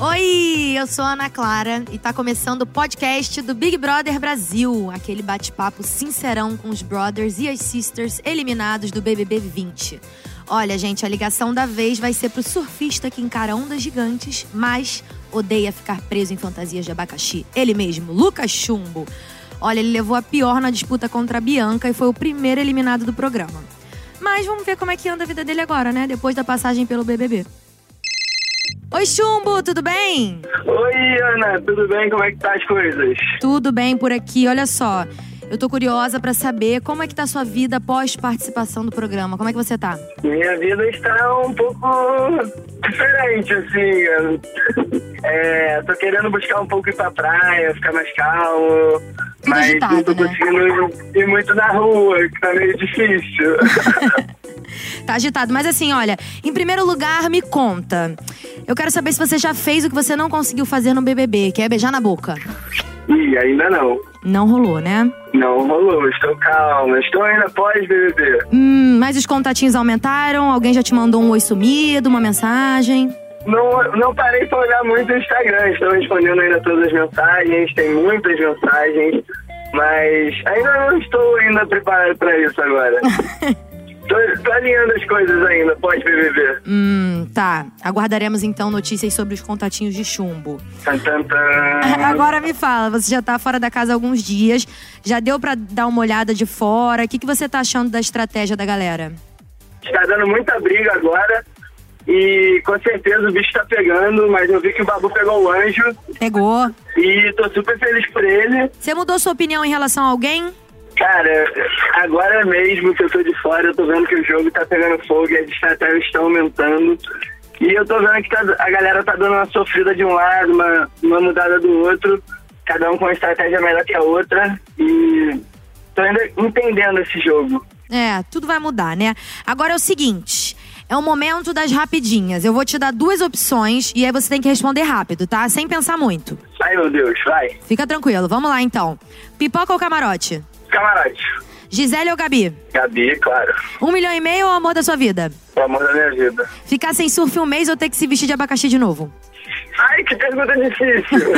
Oi, eu sou a Ana Clara e tá começando o podcast do Big Brother Brasil, aquele bate-papo sincerão com os brothers e as sisters eliminados do BBB 20. Olha, gente, a ligação da vez vai ser pro surfista que encara ondas gigantes, mas odeia ficar preso em fantasias de abacaxi. Ele mesmo, Lucas Chumbo. Olha, ele levou a pior na disputa contra a Bianca e foi o primeiro eliminado do programa. Mas vamos ver como é que anda a vida dele agora, né? Depois da passagem pelo BBB. Oi, Chumbo, tudo bem? Oi, Ana, tudo bem? Como é que tá as coisas? Tudo bem por aqui, olha só. Eu tô curiosa pra saber como é que tá a sua vida após participação do programa. Como é que você tá? Minha vida está um pouco diferente, assim. Ana. É, tô querendo buscar um pouco ir pra praia, ficar mais calmo. Fica mas não agitado, tô né? conseguindo ir muito na rua, que tá meio difícil. Tá agitado, mas assim, olha, em primeiro lugar, me conta. Eu quero saber se você já fez o que você não conseguiu fazer no BBB, que é beijar na boca. Ih, ainda não. Não rolou, né? Não rolou, estou calma. Estou ainda pós-BBB. Hum, mas os contatinhos aumentaram? Alguém já te mandou um oi sumido, uma mensagem? Não, não parei pra olhar muito o Instagram, estou respondendo ainda todas as mensagens, tem muitas mensagens, mas ainda não estou ainda preparado para isso agora. tô, tô alinhando as coisas ainda, pós-BBB. Hum, tá. Aguardaremos então notícias sobre os contatinhos de chumbo. Tan, tan, tan. Ah, Agora me fala, você já tá fora da casa há alguns dias, já deu pra dar uma olhada de fora? O que, que você tá achando da estratégia da galera? Está dando muita briga agora e com certeza o bicho tá pegando, mas eu vi que o Babu pegou o anjo Pegou? e tô super feliz por ele. Você mudou sua opinião em relação a alguém? Cara, agora mesmo que eu tô de fora, eu tô vendo que o jogo tá pegando fogo e as estratégias estão aumentando. E eu tô vendo que tá- a galera tá dando uma sofrida de um lado, uma, uma mudada do outro, cada um com uma estratégia melhor que a outra. E tô ainda entendendo esse jogo. É, tudo vai mudar, né? Agora é o seguinte. É o momento das rapidinhas. Eu vou te dar duas opções e aí você tem que responder rápido, tá? Sem pensar muito. Ai meu Deus, vai. Fica tranquilo, vamos lá então. Pipoca ou camarote? Camarote. Gisele ou Gabi? Gabi, claro. Um milhão e meio ou amor da sua vida? O amor da minha vida. Ficar sem surf um mês ou ter que se vestir de abacaxi de novo? Ai, que pergunta difícil.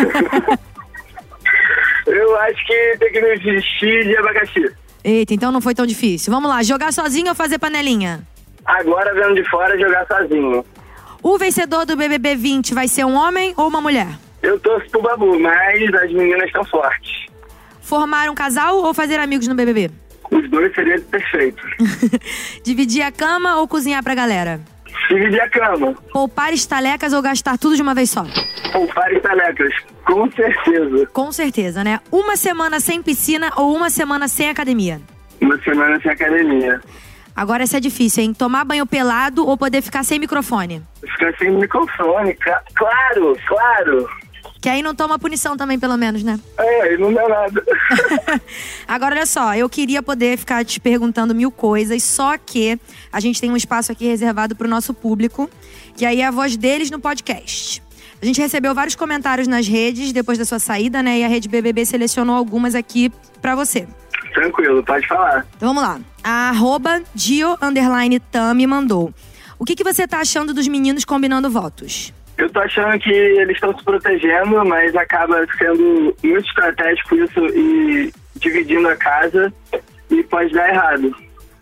eu acho que tem que me vestir de abacaxi. Eita, então não foi tão difícil. Vamos lá, jogar sozinho ou fazer panelinha? Agora vendo de fora jogar sozinho. O vencedor do BBB 20 vai ser um homem ou uma mulher? Eu torço pro Babu, mas as meninas estão fortes. Formar um casal ou fazer amigos no BBB? Os dois seriam perfeitos. Dividir a cama ou cozinhar pra galera? Dividir a cama, Poupar estalecas ou gastar tudo de uma vez só? poupar estalecas, tá com certeza. Com certeza, né? Uma semana sem piscina ou uma semana sem academia? Uma semana sem academia. Agora essa é difícil, hein? Tomar banho pelado ou poder ficar sem microfone? Ficar sem microfone, ca- claro, claro. Que aí não toma punição também, pelo menos, né? É, e não dá nada. Agora, olha só, eu queria poder ficar te perguntando mil coisas, só que a gente tem um espaço aqui reservado pro nosso público, que aí é a voz deles no podcast. A gente recebeu vários comentários nas redes depois da sua saída, né? E a rede BBB selecionou algumas aqui pra você. Tranquilo, pode falar. Então vamos lá. A arroba Dio underline Tami mandou. O que, que você tá achando dos meninos combinando votos? Eu tô achando que eles estão se protegendo, mas acaba sendo muito estratégico isso e dividindo a casa e pode dar errado.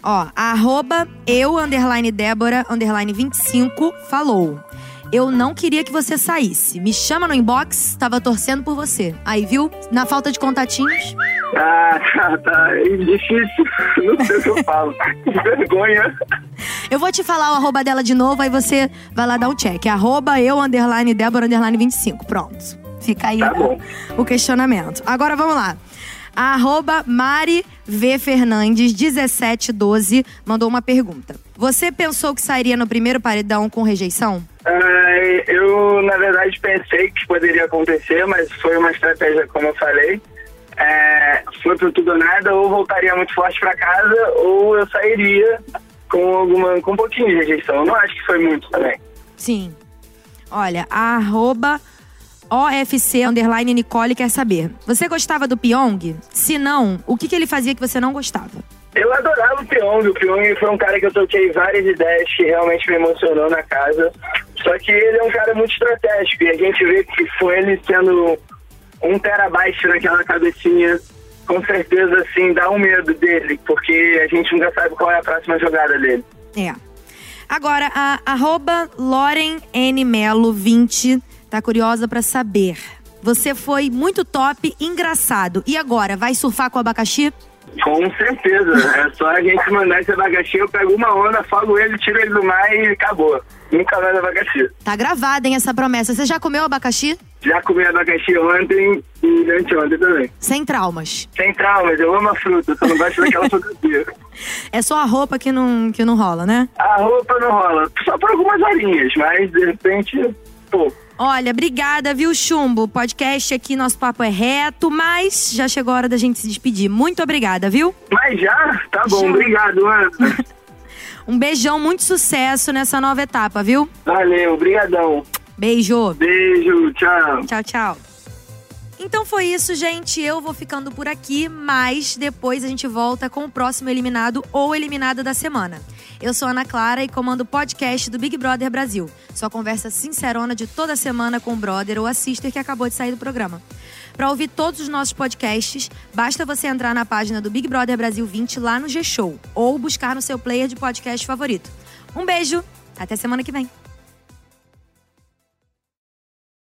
Ó, a arroba eu, underline Débora, underline 25, falou. Eu não queria que você saísse. Me chama no inbox, tava torcendo por você. Aí, viu? Na falta de contatinhos. Ah, tá, tá. É difícil. Não sei o que eu falo. Que vergonha. Eu vou te falar o arroba dela de novo, aí você vai lá dar um check. Arroba eu, underline Débora, underline 25. Pronto. Fica aí Tá bom. o questionamento. Agora, vamos lá. A arroba Mari V Fernandes, 1712, mandou uma pergunta. Você pensou que sairia no primeiro paredão com rejeição? Ah, eu, na verdade, pensei que poderia acontecer, mas foi uma estratégia, como eu falei. É, foi pro tudo ou nada, ou voltaria muito forte pra casa, ou eu sairia com alguma com um pouquinho de rejeição. Eu não acho que foi muito também. Sim. Olha, a arroba OFC underline Nicole quer saber. Você gostava do Pyong? Se não, o que, que ele fazia que você não gostava? Eu adorava o Pyong. O Pyong foi um cara que eu toquei várias ideias que realmente me emocionou na casa. Só que ele é um cara muito estratégico e a gente vê que foi ele sendo um terabyte naquela cabecinha, com certeza, assim, dá um medo dele, porque a gente nunca sabe qual é a próxima jogada dele. É. Agora, a arroba Lauren N. Melo 20 tá curiosa pra saber. Você foi muito top, engraçado. E agora, vai surfar com abacaxi? Com certeza. É só a gente mandar esse abacaxi, eu pego uma onda, fogo ele, tiro ele do mar e acabou. Nunca mais abacaxi. Tá gravada, hein, essa promessa. Você já comeu abacaxi? Já comi abacaxi ontem e anteontem também. Sem traumas. Sem traumas, eu amo a fruta, só não gosto daquela fruta É só a roupa que não, que não rola, né? A roupa não rola, só por algumas horinhas, mas de repente, pô. Olha, obrigada, viu, Chumbo? Podcast aqui, nosso papo é reto, mas já chegou a hora da gente se despedir. Muito obrigada, viu? Mas já? Tá bom, Já. obrigado, Ana. Um beijão, muito sucesso nessa nova etapa, viu? Valeu, obrigadão. Beijo. Beijo, tchau. Tchau, tchau. Então foi isso, gente. Eu vou ficando por aqui, mas depois a gente volta com o próximo eliminado ou eliminada da semana. Eu sou Ana Clara e comando o podcast do Big Brother Brasil. Sua conversa sincerona de toda semana com o brother ou a sister que acabou de sair do programa. Para ouvir todos os nossos podcasts, basta você entrar na página do Big Brother Brasil 20 lá no G-Show ou buscar no seu player de podcast favorito. Um beijo, até semana que vem.